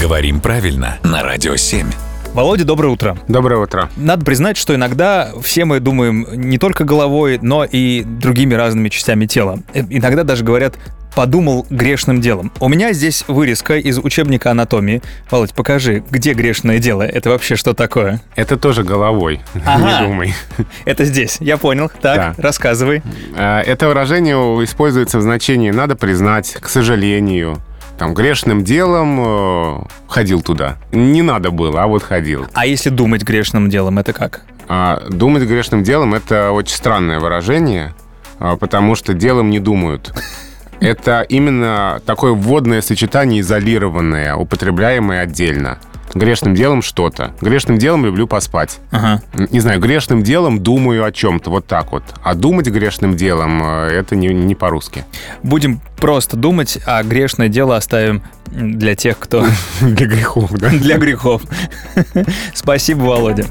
Говорим правильно на Радио 7. Володя, доброе утро. Доброе утро. Надо признать, что иногда все мы думаем не только головой, но и другими разными частями тела. Э, Иногда даже говорят подумал грешным делом. У меня здесь вырезка из учебника анатомии. Володь, покажи, где грешное дело? Это вообще что такое? Это тоже головой, Ага. не думай. Это здесь. Я понял. Так, Да. рассказывай. А, Это выражение используется в значении «надо признать», «к сожалению». Там грешным делом э, ходил туда. Не надо было, а вот ходил. А если думать грешным делом, это как? А думать грешным делом это очень странное выражение, а, потому что делом не думают. Это именно такое вводное сочетание изолированное, употребляемое отдельно. Грешным делом что-то. Грешным делом люблю поспать. Ага. Не знаю, грешным делом думаю о чем-то, вот так вот. А думать грешным делом э, это не, не по-русски. Будем просто думать, а грешное дело оставим м, для тех, кто Для грехов, да? для грехов. Спасибо, Володя.